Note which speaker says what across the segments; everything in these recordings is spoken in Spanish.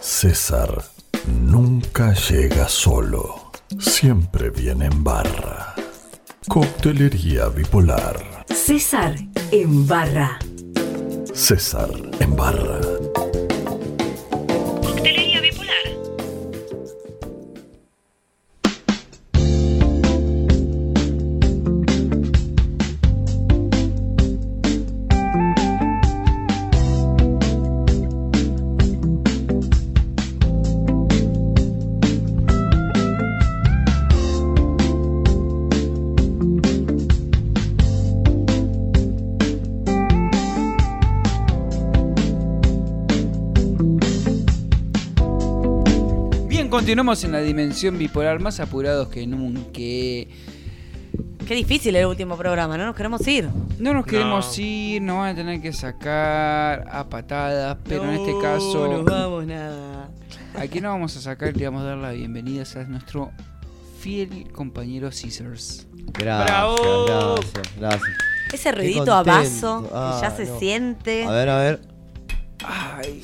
Speaker 1: César nunca llega solo, siempre viene en barra. Coctelería bipolar.
Speaker 2: César en barra.
Speaker 1: César en barra.
Speaker 3: Coctelería bipolar.
Speaker 4: Bien, continuamos en la dimensión bipolar, más apurados que nunca.
Speaker 5: Qué difícil el último programa, no nos queremos ir.
Speaker 4: No nos queremos ir, nos van a tener que sacar a patadas, pero en este caso,
Speaker 5: No vamos nada.
Speaker 4: aquí no vamos a sacar, le vamos a dar la bienvenida a nuestro fiel compañero Scissors.
Speaker 6: Gracias,
Speaker 7: Bravo.
Speaker 6: gracias, gracias.
Speaker 5: Ese
Speaker 6: Qué
Speaker 5: ruidito a vaso
Speaker 6: contento.
Speaker 5: que
Speaker 6: Ah,
Speaker 5: ya se
Speaker 6: no.
Speaker 5: siente.
Speaker 6: A ver, a ver.
Speaker 4: Ay.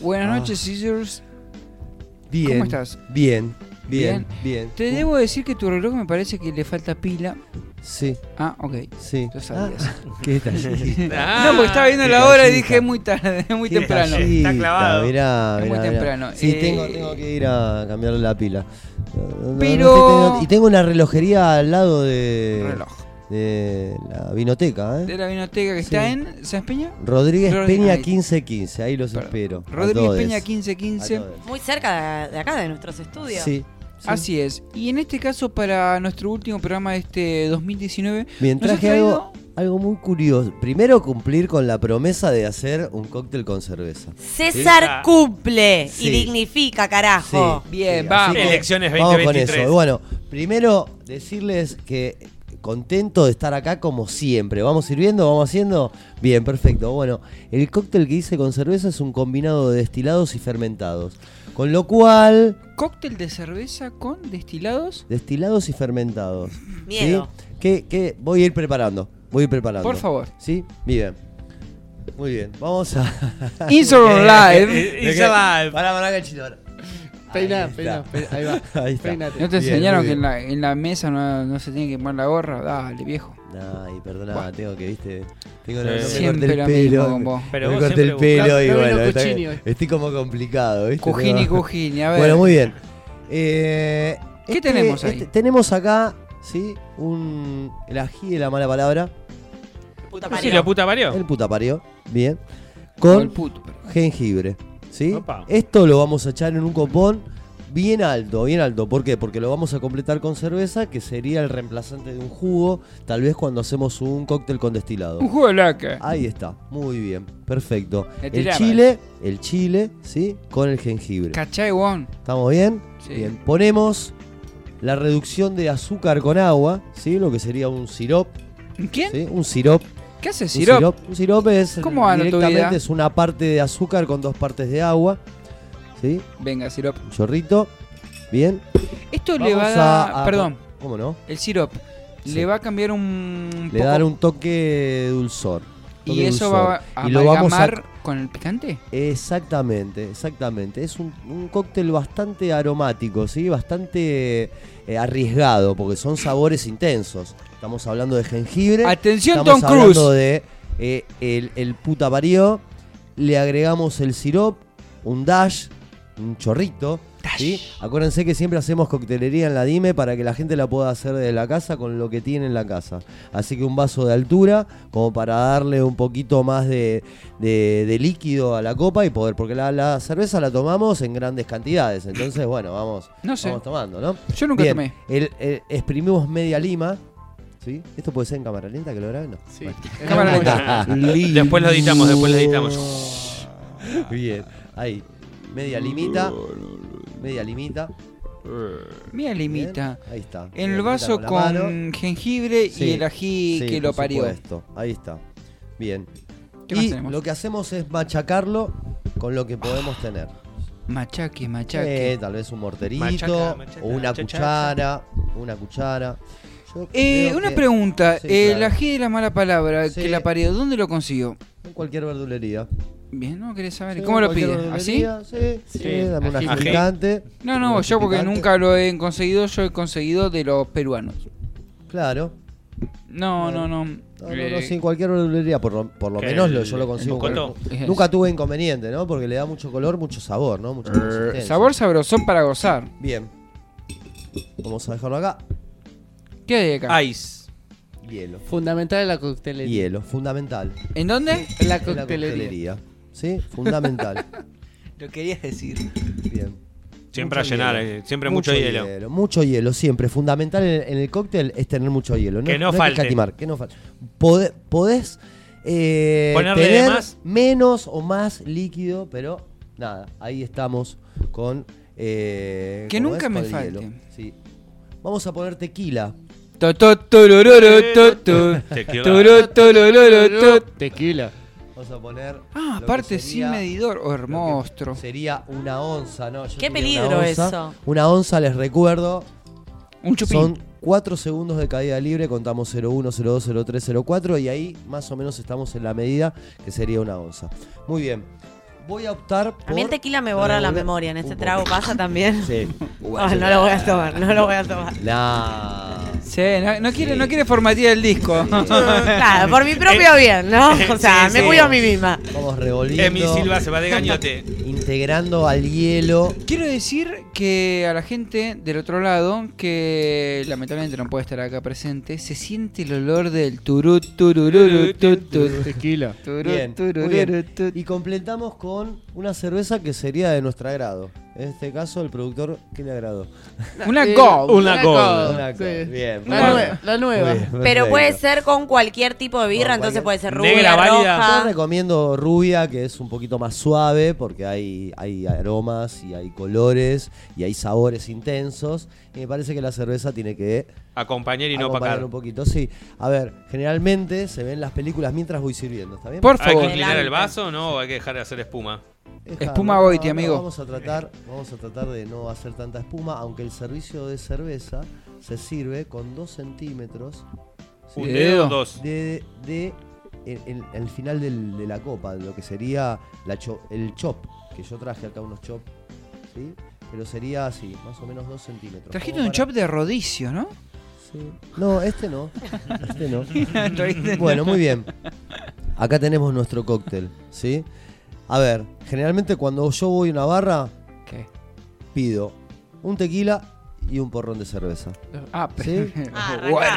Speaker 4: Buenas
Speaker 6: Ah.
Speaker 4: noches, Scissors.
Speaker 6: Bien.
Speaker 4: ¿Cómo estás?
Speaker 6: Bien, bien, bien.
Speaker 4: Te
Speaker 6: Uh,
Speaker 4: debo decir que tu reloj me parece que le falta pila.
Speaker 6: Sí,
Speaker 4: Ah, ok.
Speaker 6: sí.
Speaker 4: Lo sabías.
Speaker 6: Ah, qué detallista.
Speaker 7: Ah.
Speaker 4: No, porque estaba viendo la hora y dije
Speaker 6: Detallista.
Speaker 4: muy tarde, muy
Speaker 6: Qué
Speaker 4: temprano.
Speaker 7: detalle.
Speaker 6: detallista,
Speaker 7: Está clavado.
Speaker 6: Mirá,
Speaker 4: Es muy
Speaker 6: mirá, mirá.
Speaker 4: temprano.
Speaker 6: Sí,
Speaker 4: Eh,
Speaker 6: tengo, tengo que ir a cambiarle la pila. No, no, no,
Speaker 4: Pero-
Speaker 6: no tengo- y tengo una relojería al lado de,
Speaker 4: Reloj.
Speaker 6: de la vinoteca, ¿eh?
Speaker 4: De la vinoteca que
Speaker 6: Sí.
Speaker 4: está en Sáenz Peña.
Speaker 6: Rodríguez
Speaker 4: Rodri-
Speaker 6: Peña
Speaker 4: ahí.
Speaker 6: 1515, ahí los
Speaker 4: Perdón.
Speaker 6: espero. a
Speaker 4: Rodríguez
Speaker 6: todes,
Speaker 4: Peña
Speaker 6: a
Speaker 4: 1515.
Speaker 6: todes.
Speaker 5: Muy cerca de, de acá, de nuestros estudios.
Speaker 6: Sí, sí.
Speaker 4: Así es. Y en este caso, para nuestro último programa de este 2019,
Speaker 6: Bien,
Speaker 4: nos has
Speaker 6: traje
Speaker 4: traído
Speaker 6: algo, algo muy curioso. Primero, cumplir con la promesa de hacer un cóctel con cerveza.
Speaker 5: César
Speaker 7: Sí.
Speaker 5: cumple
Speaker 6: Sí.
Speaker 5: y dignifica, carajo.
Speaker 4: Bien,
Speaker 6: así
Speaker 4: vamos.
Speaker 6: que
Speaker 7: Elecciones
Speaker 6: Vamos con
Speaker 7: 2023.
Speaker 6: eso. Bueno, primero decirles que contento de estar acá como siempre. ¿Vamos sirviendo? ¿Vamos haciendo? Bien, perfecto. Bueno, el cóctel que hice con cerveza es un combinado de destilados y fermentados. Con lo cual,
Speaker 4: cóctel de cerveza con destilados.
Speaker 6: destilados y fermentados.
Speaker 5: Miedo.
Speaker 6: ¿Sí? Que, que voy a ir preparando. Voy a ir preparando.
Speaker 4: Por favor.
Speaker 6: ¿Sí? Bien. Muy bien. Vamos a.
Speaker 4: Instagram Live.
Speaker 7: Eh, eh, It's alive.
Speaker 6: Pará, pará, cachito. ahora.
Speaker 8: Peiná,
Speaker 6: Ahí
Speaker 8: peiná,
Speaker 6: está.
Speaker 8: peiná, ahí va.
Speaker 6: Ahí está.
Speaker 8: Peinate.
Speaker 4: ¿No te
Speaker 6: Bien,
Speaker 4: enseñaron
Speaker 6: muy
Speaker 4: que en
Speaker 6: bien.
Speaker 4: la, en la mesa no, no se tiene que poner la gorra? Dale, viejo.
Speaker 6: Ay, perdona,
Speaker 4: Buah.
Speaker 6: tengo que, viste. Tengo
Speaker 7: Eh,
Speaker 6: no me
Speaker 4: Siempre
Speaker 6: corté
Speaker 4: lo mismo
Speaker 6: el pelo.
Speaker 4: con vos.
Speaker 7: Pero
Speaker 6: me
Speaker 7: vos
Speaker 6: corté el
Speaker 7: siempre
Speaker 6: pelo y
Speaker 8: buscás-
Speaker 6: bueno,
Speaker 8: no vino
Speaker 6: está
Speaker 8: Cuccini
Speaker 6: bien.
Speaker 8: hoy.
Speaker 6: estoy como complicado, ¿viste?
Speaker 4: Cujini,
Speaker 6: No.
Speaker 4: cujini, a ver.
Speaker 6: Este Bueno, muy bien. Eh, este,
Speaker 4: ¿Qué tenemos ahí?
Speaker 6: tenemos acá, ¿sí? Un. El ají de la mala palabra. Ah,
Speaker 5: Puta
Speaker 7: Sí,
Speaker 5: parió.
Speaker 7: la puta parió.
Speaker 6: El puta parió. Bien.
Speaker 4: Como el
Speaker 6: Con
Speaker 4: puto, pero-
Speaker 6: jengibre. ¿sí?
Speaker 7: Opa.
Speaker 6: Esto lo vamos a echar en un copón bien alto, bien alto. ¿Por qué? Porque lo vamos a completar con cerveza, que sería el reemplazante de un jugo, tal vez cuando hacemos un cóctel con destilado.
Speaker 4: Un juego de laca.
Speaker 6: Ahí está, muy bien, perfecto.
Speaker 4: Le
Speaker 6: El
Speaker 4: tiraba.
Speaker 6: chile, el chile, ¿sí? Con el jengibre.
Speaker 4: ¿Cachai, Won?
Speaker 6: ¿Estamos bien?
Speaker 4: Sí.
Speaker 6: Bien, ponemos la reducción de azúcar con agua, ¿sí? Lo que sería un sirop,
Speaker 4: ¿Quién?
Speaker 6: ¿sí? Un sirop.
Speaker 4: ¿Qué hace
Speaker 6: Un
Speaker 4: Sirop?
Speaker 6: sirope. Un sirope es
Speaker 4: ¿Cómo anda tu vida?
Speaker 6: directamente es una parte de azúcar con dos partes de agua. ¿Sí?
Speaker 4: Venga, Sirop.
Speaker 6: Un chorrito. Bien.
Speaker 4: Esto le
Speaker 6: Vamos
Speaker 4: va a dar.
Speaker 6: a- a-
Speaker 4: Perdón,
Speaker 6: ¿Cómo no?
Speaker 4: el Sirop.
Speaker 6: Sí.
Speaker 4: Le va a cambiar un.
Speaker 6: Le dar un toque dulzor.
Speaker 4: Y
Speaker 6: toque
Speaker 4: eso
Speaker 6: dulzor.
Speaker 4: va a
Speaker 6: Y lo vamos a-
Speaker 4: amalgamar con el picante.
Speaker 6: Exactamente, exactamente. Es un, un cóctel bastante aromático, ¿sí? Bastante eh, arriesgado, porque son sabores intensos. Estamos hablando de jengibre.
Speaker 4: Atención,
Speaker 6: ¿Eh? estamos
Speaker 4: Tom
Speaker 6: hablando
Speaker 4: Cruise.
Speaker 6: de eh, el, el puta parió. Le agregamos el sirop, un dash, un chorrito. ¿sí? Acuérdense que siempre hacemos coctelería en la Dime para que la gente la pueda hacer de la casa con lo que tiene en la casa. Así que un vaso de altura, como para darle un poquito más de, de- de líquido a la copa y poder, porque la, la cerveza la tomamos en grandes cantidades. Entonces, bueno, vamos,
Speaker 4: No sé.
Speaker 6: vamos tomando, ¿no?
Speaker 4: Yo nunca
Speaker 6: Bien,
Speaker 4: tomé.
Speaker 6: el- el- exprimimos media lima. ¿sí? ¿Esto puede ser en cámara lenta que lo graben? No.
Speaker 8: Sí.
Speaker 6: Bueno.
Speaker 8: En
Speaker 4: Cámara
Speaker 8: algún
Speaker 4: lenta.
Speaker 8: momento.
Speaker 7: Después lo editamos, después lo editamos.
Speaker 6: Bien, ahí. Media limita. Media limita.
Speaker 4: Mira,
Speaker 6: bien,
Speaker 4: limita.
Speaker 6: Ahí está.
Speaker 4: En el
Speaker 6: Media
Speaker 4: vaso
Speaker 6: limita la
Speaker 4: con,
Speaker 6: mano.
Speaker 4: jengibre y
Speaker 6: Sí,
Speaker 4: el ají
Speaker 6: Sí,
Speaker 4: que lo
Speaker 6: por
Speaker 4: parió.
Speaker 6: supuesto, Ahí está. Bien.
Speaker 4: ¿Qué más
Speaker 6: Y
Speaker 4: tenemos?
Speaker 6: lo que hacemos es machacarlo con lo que podemos tener.
Speaker 4: Machaque, machaque.
Speaker 6: Eh, tal vez un morterito
Speaker 7: Machaca, machaca,
Speaker 6: o una
Speaker 7: cha, cha,
Speaker 6: cuchara. Una cuchara. Yo
Speaker 4: Eh,
Speaker 6: creo
Speaker 4: una
Speaker 6: que
Speaker 4: pregunta.
Speaker 6: Sí,
Speaker 4: el
Speaker 6: claro.
Speaker 4: ají de la mala palabra
Speaker 6: Sí.
Speaker 4: que la parió, ¿dónde lo consiguió?
Speaker 6: En cualquier verdulería.
Speaker 4: Bien, ¿no? ¿Querés saber?
Speaker 6: Sí,
Speaker 4: ¿Cómo lo
Speaker 6: cualquier
Speaker 4: pide? ¿Así?
Speaker 6: heladería, Sí, sí,
Speaker 7: Sí,
Speaker 6: dame una
Speaker 7: ají. Ají.
Speaker 6: gigante.
Speaker 4: No, no, yo porque nunca lo he conseguido, yo he conseguido de los peruanos.
Speaker 6: Claro.
Speaker 4: No, no, no.
Speaker 6: No, no,
Speaker 4: eh,
Speaker 6: no, sí, en cualquier verdulería, por lo, por lo
Speaker 7: que
Speaker 6: menos lo-
Speaker 7: el-
Speaker 6: yo lo
Speaker 7: el
Speaker 6: consigo. en
Speaker 7: mocotó.
Speaker 6: cualquier- Nunca tuve inconveniente, ¿no? Porque le da mucho color, mucho sabor, ¿no?
Speaker 7: Eh,
Speaker 6: Mucha consistencia.
Speaker 4: Sabor sabrosón para gozar.
Speaker 6: Bien. Vamos a dejarlo acá.
Speaker 4: ¿Qué hay acá?
Speaker 7: Ice.
Speaker 6: Hielo.
Speaker 3: Fundamental en la coctelería.
Speaker 6: Hielo, fundamental.
Speaker 4: ¿En dónde?
Speaker 3: En la
Speaker 6: En la
Speaker 3: coctelería.
Speaker 6: coctelería. ¿Sí? Fundamental.
Speaker 4: Lo querías decir.
Speaker 6: Bien.
Speaker 7: Siempre
Speaker 6: Mucho
Speaker 7: a llenar,
Speaker 6: hielo.
Speaker 7: eh, siempre mucho, hielo.
Speaker 6: Mucho hielo, siempre. Fundamental en, en el cóctel es tener mucho hielo.
Speaker 7: Que no
Speaker 6: hay
Speaker 7: falte.
Speaker 6: escatimar, que no falte. Pode- podés eh,
Speaker 7: Ponerle de
Speaker 6: tener
Speaker 7: más.
Speaker 6: menos o más líquido, pero nada, ahí estamos con. eh,
Speaker 4: Que
Speaker 6: ¿cómo
Speaker 4: nunca
Speaker 6: es?
Speaker 4: me
Speaker 6: Con el
Speaker 4: falte.
Speaker 6: hielo. Sí. Vamos a poner tequila.
Speaker 4: To, to, torororo,
Speaker 7: Eh,
Speaker 4: to, to.
Speaker 7: Tequila.
Speaker 4: Toro, torororo, to.
Speaker 3: Tequila.
Speaker 6: Vamos a poner.
Speaker 4: Ah,
Speaker 6: lo que
Speaker 4: aparte
Speaker 6: sería-
Speaker 4: sin medidor. Oh,
Speaker 6: lo que
Speaker 4: hermoso.
Speaker 6: Sería una onza, ¿no? Yo
Speaker 5: Qué
Speaker 6: tenía
Speaker 5: peligro
Speaker 6: una onza.
Speaker 5: eso.
Speaker 6: Una onza, les recuerdo,
Speaker 4: Un chupín.
Speaker 6: Son 4 segundos de caída libre, contamos 01, 02, 03, 04 y ahí más o menos estamos en la medida que sería una onza. Muy bien, voy a optar por...
Speaker 5: A mí el tequila me borra la
Speaker 6: revolver
Speaker 5: memoria. En este
Speaker 6: un
Speaker 5: trago
Speaker 6: poco.
Speaker 5: pasa también.
Speaker 6: Sí.
Speaker 5: Ah, no lo voy a tomar, no lo voy a tomar.
Speaker 6: Nah.
Speaker 4: Sí, no, no quiere, no quiere formatear el disco.
Speaker 5: Claro, por mi propio bien, ¿no? O sea,
Speaker 7: Sí,
Speaker 5: me
Speaker 7: sí.
Speaker 5: cuido a mí misma.
Speaker 6: Vamos revolviendo,
Speaker 7: Emi Silva se va de gañote.
Speaker 6: integrando al hielo.
Speaker 4: Quiero decir que a la gente del otro lado, que lamentablemente no puede estar acá presente, se siente el olor del turú, turururu, tu, tu,
Speaker 3: Tequila.
Speaker 4: turú,
Speaker 6: Bien, muy
Speaker 4: turururu,
Speaker 6: bien.
Speaker 4: tu.
Speaker 6: Y completamos con una cerveza que sería de nuestro agrado. En este caso, el productor, ¿qué le agradó?
Speaker 4: Una
Speaker 3: Eh,
Speaker 4: gold.
Speaker 7: Una gold.
Speaker 3: Una
Speaker 6: Una gold, bien.
Speaker 7: Ah,
Speaker 3: La,
Speaker 4: Bueno.
Speaker 3: nue- la nueva.
Speaker 6: Muy bien,
Speaker 5: Pero
Speaker 6: perfecto.
Speaker 5: puede ser con cualquier tipo de birra,
Speaker 6: Con
Speaker 5: entonces
Speaker 6: cualquier-
Speaker 5: puede ser rubia,
Speaker 7: Negra, válida.
Speaker 6: Yo
Speaker 5: roja.
Speaker 6: recomiendo rubia, que es un poquito más suave, porque hay, hay aromas y hay colores y hay sabores intensos. Y me parece que la cerveza tiene que
Speaker 7: Acompañar y no
Speaker 6: acompañar
Speaker 7: pacar.
Speaker 6: un poquito. Sí, a ver, generalmente se ven las películas mientras voy sirviendo, ¿está bien?
Speaker 4: Por
Speaker 7: ¿Hay que
Speaker 4: favor.
Speaker 7: inclinar el vaso no? ¿O hay que dejar de hacer espuma?
Speaker 6: Deja,
Speaker 4: espuma
Speaker 6: no,
Speaker 4: Goiti,
Speaker 6: no,
Speaker 4: amigo.
Speaker 6: Vamos a, tratar, vamos a tratar de no hacer tanta espuma, aunque el servicio de cerveza se sirve con dos centímetros
Speaker 4: Sí.
Speaker 7: Un dedo,
Speaker 4: Dedo.
Speaker 7: dos.
Speaker 6: de, de- el, el- el final del- de la copa, lo que sería la cho- el chop, que yo traje acá unos chop, ¿sí? Pero sería así, más o menos 2 centímetros.
Speaker 4: Trajiste
Speaker 6: como
Speaker 4: un
Speaker 6: para-
Speaker 4: chop de rodicio, ¿no?
Speaker 6: Sí. No, este no. Este no.
Speaker 4: Trajiste-
Speaker 6: Bueno, muy bien. Acá tenemos nuestro cóctel, ¿sí? A ver, generalmente cuando yo voy a una barra,
Speaker 4: ¿Qué?
Speaker 6: pido un tequila y un porrón de cerveza.
Speaker 4: Ah,
Speaker 6: ¿Sí?
Speaker 5: Ah,
Speaker 6: Ah,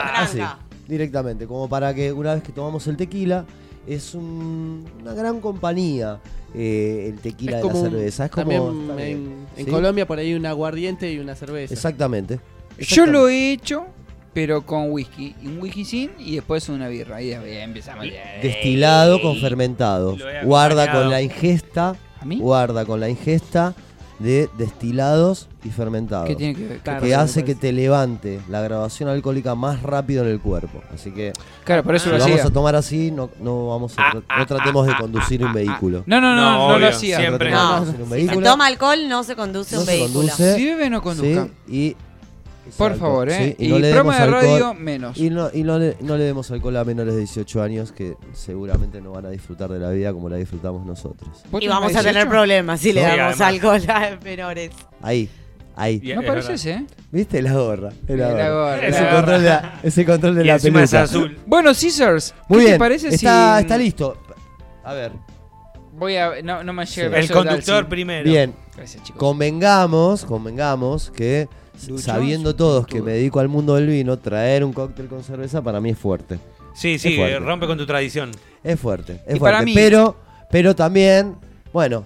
Speaker 5: arranca.
Speaker 6: sí,
Speaker 5: Arranca.
Speaker 6: directamente, como para que una vez que tomamos el tequila, es un- una gran compañía eh, el tequila de la
Speaker 3: un-
Speaker 6: cerveza. Es como.
Speaker 3: también
Speaker 6: está bien,
Speaker 3: en, en
Speaker 6: ¿sí?
Speaker 3: Colombia por ahí un aguardiente y una cerveza.
Speaker 6: Exactamente.
Speaker 4: Yo lo he hecho, pero con whisky. Un whisky sin y después una birra. Y después empezamos.
Speaker 6: Destilado con fermentado.
Speaker 7: Lo he
Speaker 6: Guarda
Speaker 7: acompañado.
Speaker 6: con la ingesta.
Speaker 4: ¿A mí?
Speaker 6: Guarda con la ingesta de destilados y fermentados.
Speaker 4: ¿Qué tiene que ver?
Speaker 3: Claro,
Speaker 6: que
Speaker 3: me
Speaker 6: hace que
Speaker 3: parece.
Speaker 6: te levante la grabación alcohólica más rápido en el cuerpo. Así que
Speaker 4: Claro, por eso
Speaker 6: si
Speaker 4: lo
Speaker 6: lo Ah, vamos
Speaker 4: hacía.
Speaker 6: a tomar así, no, no vamos a tra- no tratemos de conducir un vehículo.
Speaker 4: No, no, no,
Speaker 7: No,
Speaker 4: no, lo
Speaker 7: obvio,
Speaker 4: hacía.
Speaker 7: siempre.
Speaker 6: Tratemos de
Speaker 5: No,
Speaker 6: conducir un
Speaker 5: Si se
Speaker 6: vehículo.
Speaker 5: toma alcohol, no se conduce
Speaker 6: No
Speaker 5: un
Speaker 6: se
Speaker 5: vehículo.
Speaker 6: conduce.
Speaker 4: Si bebe, no conduzca.
Speaker 6: Sí, y
Speaker 4: Por
Speaker 6: Exacto,
Speaker 4: favor, ¿eh?
Speaker 6: sí,
Speaker 4: y
Speaker 6: no le
Speaker 4: broma de
Speaker 6: demos alcohol,
Speaker 4: radio, menos.
Speaker 6: Y, no, y no le, no le demos alcohol a menores de 18 años que seguramente no van a disfrutar de la vida como la disfrutamos nosotros.
Speaker 4: ¿Vos
Speaker 5: Y
Speaker 4: tenés
Speaker 5: vamos a tener
Speaker 4: 18?
Speaker 5: problemas si le
Speaker 7: Sí,
Speaker 5: damos
Speaker 7: además.
Speaker 5: alcohol a menores.
Speaker 6: Ahí, ahí.
Speaker 7: Y-
Speaker 4: No
Speaker 7: es
Speaker 4: pareces, ¿eh?
Speaker 6: ¿Viste? La gorra. es la
Speaker 4: La
Speaker 6: gorra.
Speaker 4: gorra,
Speaker 6: Ese,
Speaker 4: la
Speaker 6: Control de la, ese control de
Speaker 7: Y
Speaker 6: la
Speaker 7: encima es
Speaker 6: peluca.
Speaker 7: azul.
Speaker 4: Bueno, Scissors, ¿qué
Speaker 6: Muy bien.
Speaker 4: te parece
Speaker 6: está,
Speaker 4: si
Speaker 6: está listo. A ver,
Speaker 4: Voy a no, no me llega
Speaker 6: Sí.
Speaker 4: el,
Speaker 7: El
Speaker 4: brazo de
Speaker 7: conductor
Speaker 4: Dalsin.
Speaker 7: primero.
Speaker 6: bien.
Speaker 4: Gracias, chicos.
Speaker 6: Convengamos, convengamos que
Speaker 4: Lucho,
Speaker 6: sabiendo
Speaker 4: es un
Speaker 6: todos que
Speaker 4: pelotudo.
Speaker 6: me dedico al mundo del vino, traer un cóctel con cerveza para mí es fuerte.
Speaker 7: Sí,
Speaker 6: Es
Speaker 7: sí,
Speaker 6: fuerte.
Speaker 7: eh, rompe con tu tradición.
Speaker 6: Es fuerte, es
Speaker 4: Y
Speaker 6: fuerte.
Speaker 4: para mí-
Speaker 6: Pero, pero también, bueno,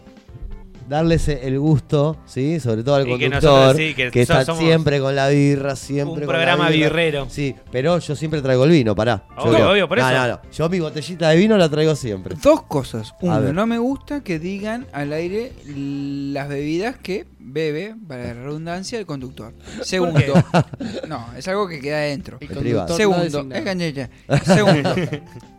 Speaker 6: darles e, el gusto, ¿sí? Sobre todo al
Speaker 7: Y que
Speaker 6: conductor,
Speaker 7: nosotros sí, que
Speaker 6: que
Speaker 7: so-
Speaker 6: está
Speaker 7: somos
Speaker 6: siempre con la birra, siempre
Speaker 7: un
Speaker 6: con la
Speaker 7: programa
Speaker 6: birra.
Speaker 7: birrero.
Speaker 6: Sí, pero yo siempre traigo el vino, pará. Yo
Speaker 7: Obvio,
Speaker 6: creo-
Speaker 7: obvio, por
Speaker 6: No,
Speaker 7: eso.
Speaker 6: no, no. Yo mi botellita de vino la traigo siempre.
Speaker 4: Dos cosas. Uno,
Speaker 6: ver.
Speaker 4: no me gusta que digan al aire las bebidas que bebe, para la redundancia, el conductor. Segundo, no, es algo que queda adentro.
Speaker 3: El
Speaker 6: En privado.
Speaker 3: conductor no
Speaker 4: Segundo,
Speaker 3: designado.
Speaker 4: es canchilla. Segundo,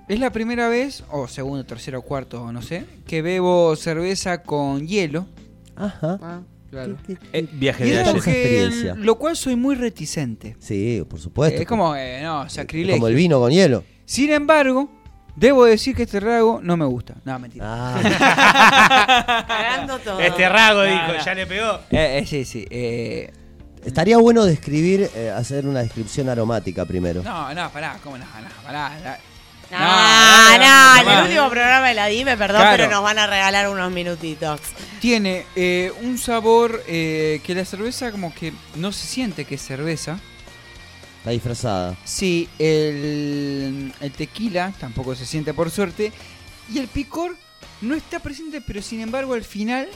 Speaker 4: es la primera vez, o segundo, tercero, cuarto, o no sé, que bebo cerveza con hielo.
Speaker 6: Ajá.
Speaker 3: Ah, claro.
Speaker 6: Eh,
Speaker 7: viaje
Speaker 4: Y
Speaker 7: de
Speaker 4: es
Speaker 6: Esa
Speaker 4: algo
Speaker 7: ayer.
Speaker 4: que-
Speaker 6: experiencia.
Speaker 4: lo cual soy muy reticente.
Speaker 6: Sí, por supuesto.
Speaker 4: es como, eh, no, sacrilegio.
Speaker 6: como el vino con hielo.
Speaker 4: Sin embargo, Debo decir que este trago no me gusta. No, mentira.
Speaker 6: Ah,
Speaker 5: Cagando todo.
Speaker 7: Este rago
Speaker 4: No,
Speaker 7: dijo,
Speaker 4: no.
Speaker 7: ya le pegó.
Speaker 4: Eh, eh, sí, sí. eh,
Speaker 6: estaría bueno describir, eh, hacer una descripción aromática primero.
Speaker 4: no, no, pará, ¿cómo no? No, pará. la-
Speaker 5: No,
Speaker 4: No,
Speaker 5: no,
Speaker 4: no, no,
Speaker 5: en el
Speaker 4: no.
Speaker 5: último programa de la Dime, perdón,
Speaker 4: Claro.
Speaker 5: pero nos van a regalar unos minutitos.
Speaker 4: Tiene eh, un sabor eh, que la cerveza como que no se siente que es cerveza.
Speaker 6: Está disfrazada.
Speaker 4: Sí, el, el tequila tampoco se siente por suerte. Y el picor no está presente, pero sin embargo al final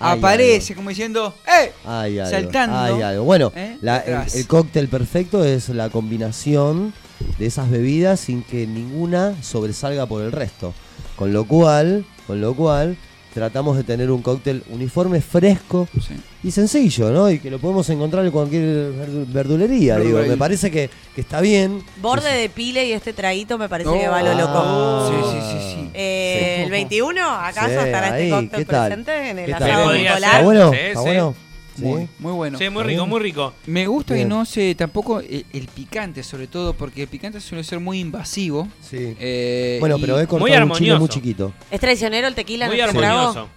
Speaker 6: Hay
Speaker 4: aparece como diciendo ¡Eh!
Speaker 6: Hay algo,
Speaker 4: Saltando.
Speaker 6: hay algo. Bueno,
Speaker 4: ¿Eh?
Speaker 6: la-
Speaker 4: Atrás.
Speaker 6: el, el cóctel perfecto es la combinación de esas bebidas sin que ninguna sobresalga por el resto. Con lo cual, con lo cual, tratamos de tener un cóctel uniforme, fresco
Speaker 4: Sí.
Speaker 6: y sencillo, ¿no? Y que lo podemos encontrar en cualquier verdu- verdulería. Digo,
Speaker 4: Verdulería.
Speaker 6: me parece que, que está bien.
Speaker 5: Borde de pile y este traguito me parece
Speaker 4: Oh.
Speaker 5: que va lo
Speaker 6: Ah,
Speaker 5: loco.
Speaker 4: Sí, sí, sí, sí.
Speaker 5: Eh, ¿El 21? ¿Acaso
Speaker 6: Sí,
Speaker 5: estará este
Speaker 6: ahí,
Speaker 5: cóctel
Speaker 6: ¿qué tal?
Speaker 5: presente en el
Speaker 6: ¿Qué tal?
Speaker 5: asado
Speaker 7: Podría
Speaker 6: ¿Está
Speaker 7: ser.
Speaker 5: Nicolás?
Speaker 6: bueno?
Speaker 7: Sí,
Speaker 6: ¿Está
Speaker 7: sí.
Speaker 6: bueno? Sí.
Speaker 4: Muy, muy bueno.
Speaker 7: Sí, muy rico, muy rico.
Speaker 4: Me gusta
Speaker 6: Bien.
Speaker 4: que no se tampoco el, el picante, sobre todo, porque el picante suele ser muy invasivo.
Speaker 6: Sí.
Speaker 4: eh,
Speaker 6: bueno,
Speaker 4: y-
Speaker 6: pero
Speaker 7: Muy
Speaker 6: he cortado un chile muy
Speaker 7: armonioso.
Speaker 6: chiquito.
Speaker 5: ¿Es traicionero el tequila en
Speaker 7: Muy
Speaker 5: este trago?
Speaker 7: armonioso.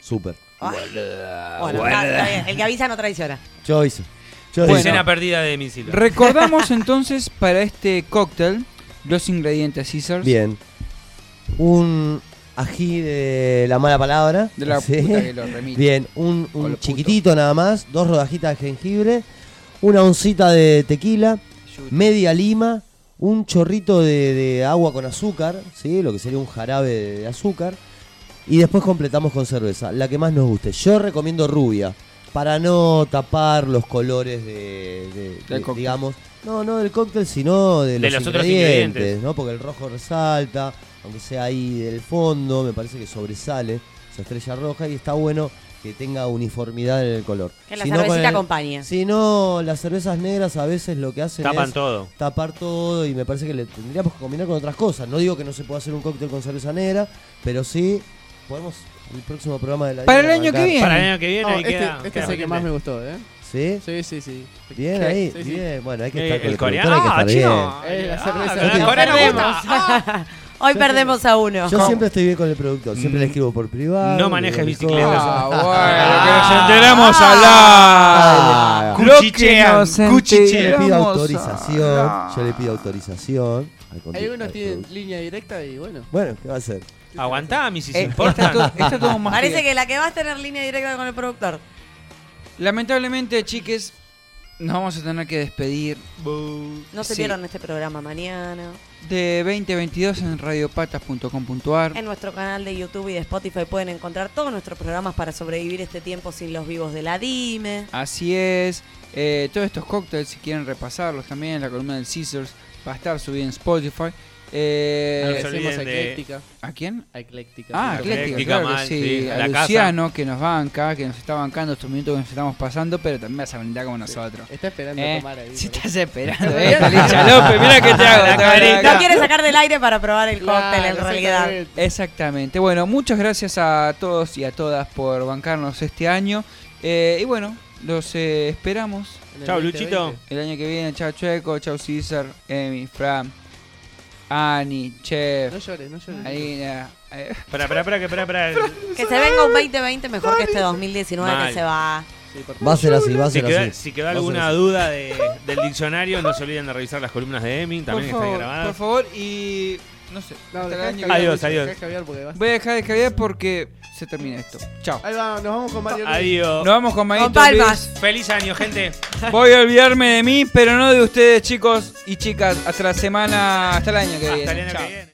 Speaker 6: Súper.
Speaker 5: Bueno, está- está bien, El que avisa no traiciona.
Speaker 6: Choice. Choice.
Speaker 4: Bueno.
Speaker 7: Escena perdida de misil.
Speaker 4: Recordamos entonces para este cóctel los ingredientes, Caesar.
Speaker 6: Bien. Un ají de la mala palabra.
Speaker 4: De la
Speaker 6: Sí.
Speaker 4: puta que lo remite.
Speaker 6: Bien, un,
Speaker 4: O lo
Speaker 6: un
Speaker 4: puto.
Speaker 6: chiquitito nada más, dos rodajitas de jengibre, una oncita de tequila, media lima, un chorrito de, de agua con azúcar, ¿sí? lo que sería un jarabe de, de azúcar, y después completamos con cerveza, la que más nos guste. Yo recomiendo rubia, para no tapar los colores de, de- de-
Speaker 4: cóctel.
Speaker 6: digamos, no, no del cóctel, sino de, los,
Speaker 7: los otros
Speaker 6: ingredientes,
Speaker 7: ingredientes.
Speaker 6: ¿no? porque el rojo resalta, aunque sea ahí del fondo, me parece que sobresale esa estrella roja y está bueno que tenga uniformidad en el color.
Speaker 5: Que la
Speaker 6: Si no,
Speaker 5: cervecita
Speaker 6: con el-
Speaker 5: acompañe.
Speaker 6: si no, las cervezas negras a veces lo que hacen
Speaker 7: Tapan
Speaker 6: es
Speaker 7: todo.
Speaker 6: tapar todo y me parece que le tendríamos que combinar con otras cosas. No digo que no se pueda hacer un cóctel con cerveza negra, pero sí podemos el próximo programa de la
Speaker 4: Para
Speaker 6: Liga
Speaker 4: el año que
Speaker 6: arrancar.
Speaker 4: viene.
Speaker 7: Para el año que viene
Speaker 3: No,
Speaker 7: ahí
Speaker 3: este
Speaker 7: queda. queda
Speaker 3: este es el que
Speaker 7: pendiente.
Speaker 3: más me gustó, ¿eh?
Speaker 6: ¿Sí?
Speaker 3: Sí, sí, sí.
Speaker 6: Bien
Speaker 3: ¿Qué?
Speaker 6: ahí,
Speaker 3: Sí, sí.
Speaker 6: bien. Bueno, hay que
Speaker 7: Eh,
Speaker 6: estar con
Speaker 7: el coreano.
Speaker 6: productor, hay que estar
Speaker 7: chino.
Speaker 6: bien.
Speaker 3: Eh, la
Speaker 7: Ah,
Speaker 3: cerveza.
Speaker 7: con el
Speaker 3: Yo
Speaker 7: coreano
Speaker 5: te-
Speaker 7: me gusta.
Speaker 5: Hoy
Speaker 6: Yo
Speaker 5: perdemos a uno.
Speaker 6: Yo siempre estoy bien con el productor, siempre le escribo por privado.
Speaker 7: No
Speaker 6: le
Speaker 7: manejes
Speaker 6: digo,
Speaker 7: bicicleta.
Speaker 4: Ah, bueno,
Speaker 7: Ah.
Speaker 4: que nos enteramos a
Speaker 6: Ah.
Speaker 4: la... Lo que
Speaker 7: Cuchichean,
Speaker 4: nos
Speaker 6: Yo
Speaker 7: cuchichean.
Speaker 6: le
Speaker 4: enteramos
Speaker 6: pido
Speaker 4: a- Eh,
Speaker 6: autorización, yo le pido autorización. al condu-
Speaker 3: Algunos
Speaker 6: al
Speaker 3: tienen
Speaker 6: productor.
Speaker 3: línea directa y bueno.
Speaker 6: Bueno, ¿qué va a hacer?
Speaker 7: Aguantá, Mrs.
Speaker 4: Eh, está,
Speaker 7: Important.
Speaker 4: todo, está todo más
Speaker 5: Parece
Speaker 4: bien.
Speaker 5: que la que va a tener línea directa con el productor.
Speaker 4: Lamentablemente, chiques, nos vamos a tener que despedir
Speaker 5: No se
Speaker 4: Sí.
Speaker 5: pierdan este programa mañana.
Speaker 4: de 2022 en radiopatas.com.ar.
Speaker 5: En nuestro canal de YouTube y de Spotify pueden encontrar todos nuestros programas para sobrevivir este tiempo sin los vivos de la Dime.
Speaker 4: Así es. Eh, todos estos cócteles, si quieren repasarlos también, la columna del Caesars va a estar subida en Spotify. Eh,
Speaker 7: No se
Speaker 3: Agradecemos a
Speaker 7: olviden de-
Speaker 3: Ecléctica.
Speaker 4: ¿A quién?
Speaker 3: A Ecléctica.
Speaker 4: Ah,
Speaker 3: sí.
Speaker 7: Ecléctica,
Speaker 4: Atlética, claro que
Speaker 7: mal,
Speaker 4: sí.
Speaker 7: sí,
Speaker 4: A
Speaker 7: la casa.
Speaker 4: Luciano, que nos banca, que nos está bancando estos minutos que nos estamos pasando, pero también vas a brindar como nosotros.
Speaker 3: Está esperando
Speaker 4: Eh,
Speaker 3: tomar ahí.
Speaker 4: Si
Speaker 3: por ahí.
Speaker 4: estás esperando, eh, Licha López, mira que te hago.
Speaker 7: La carita.
Speaker 5: No quiere sacar del aire para probar el cóctel en
Speaker 3: Claro,
Speaker 5: realidad.
Speaker 3: exactamente.
Speaker 4: Exactamente. Bueno, muchas gracias a todos y a todas por bancarnos este año. Eh, y bueno, los eh, esperamos
Speaker 3: En el
Speaker 7: Chau,
Speaker 3: 2020.
Speaker 7: Luchito.
Speaker 4: el año que viene. Chao Checo, chao César, Emi, Fran, Ani, Chef,
Speaker 3: No llores, no llores.
Speaker 4: Marina. eh,
Speaker 7: Pará, pará, pará, que pará, pará.
Speaker 5: Que se venga un 2020 mejor que este 2019
Speaker 7: Mal.
Speaker 5: que se va.
Speaker 3: Sí, por favor.
Speaker 6: Va a ser así, va a
Speaker 7: Si
Speaker 6: ser
Speaker 7: queda,
Speaker 6: así.
Speaker 7: si queda
Speaker 6: Va a ser
Speaker 7: alguna
Speaker 6: así.
Speaker 7: duda de- del diccionario, no se olviden de revisar las columnas de Emin, también
Speaker 4: por
Speaker 7: están
Speaker 4: favor,
Speaker 7: grabadas.
Speaker 4: por favor y no sé.
Speaker 3: No,
Speaker 4: hasta el
Speaker 3: dejá
Speaker 4: año que
Speaker 3: escabiar,
Speaker 7: Adiós,
Speaker 3: Lucho,
Speaker 7: adiós.
Speaker 3: dejá escabiar porque vas-
Speaker 4: Voy a dejar de escribir porque se termina esto. Chao.
Speaker 3: Ahí va, nos vamos con Mario. Luis.
Speaker 7: Adiós.
Speaker 4: Nos vamos con Maguito
Speaker 5: Con palmas.
Speaker 4: Luis.
Speaker 7: Feliz año, gente.
Speaker 4: Voy a olvidarme de mí, pero no de ustedes, chicos y chicas. Hasta la semana, hasta el año que
Speaker 7: Hasta el
Speaker 4: viene.
Speaker 7: año
Speaker 4: Chao.
Speaker 7: que viene.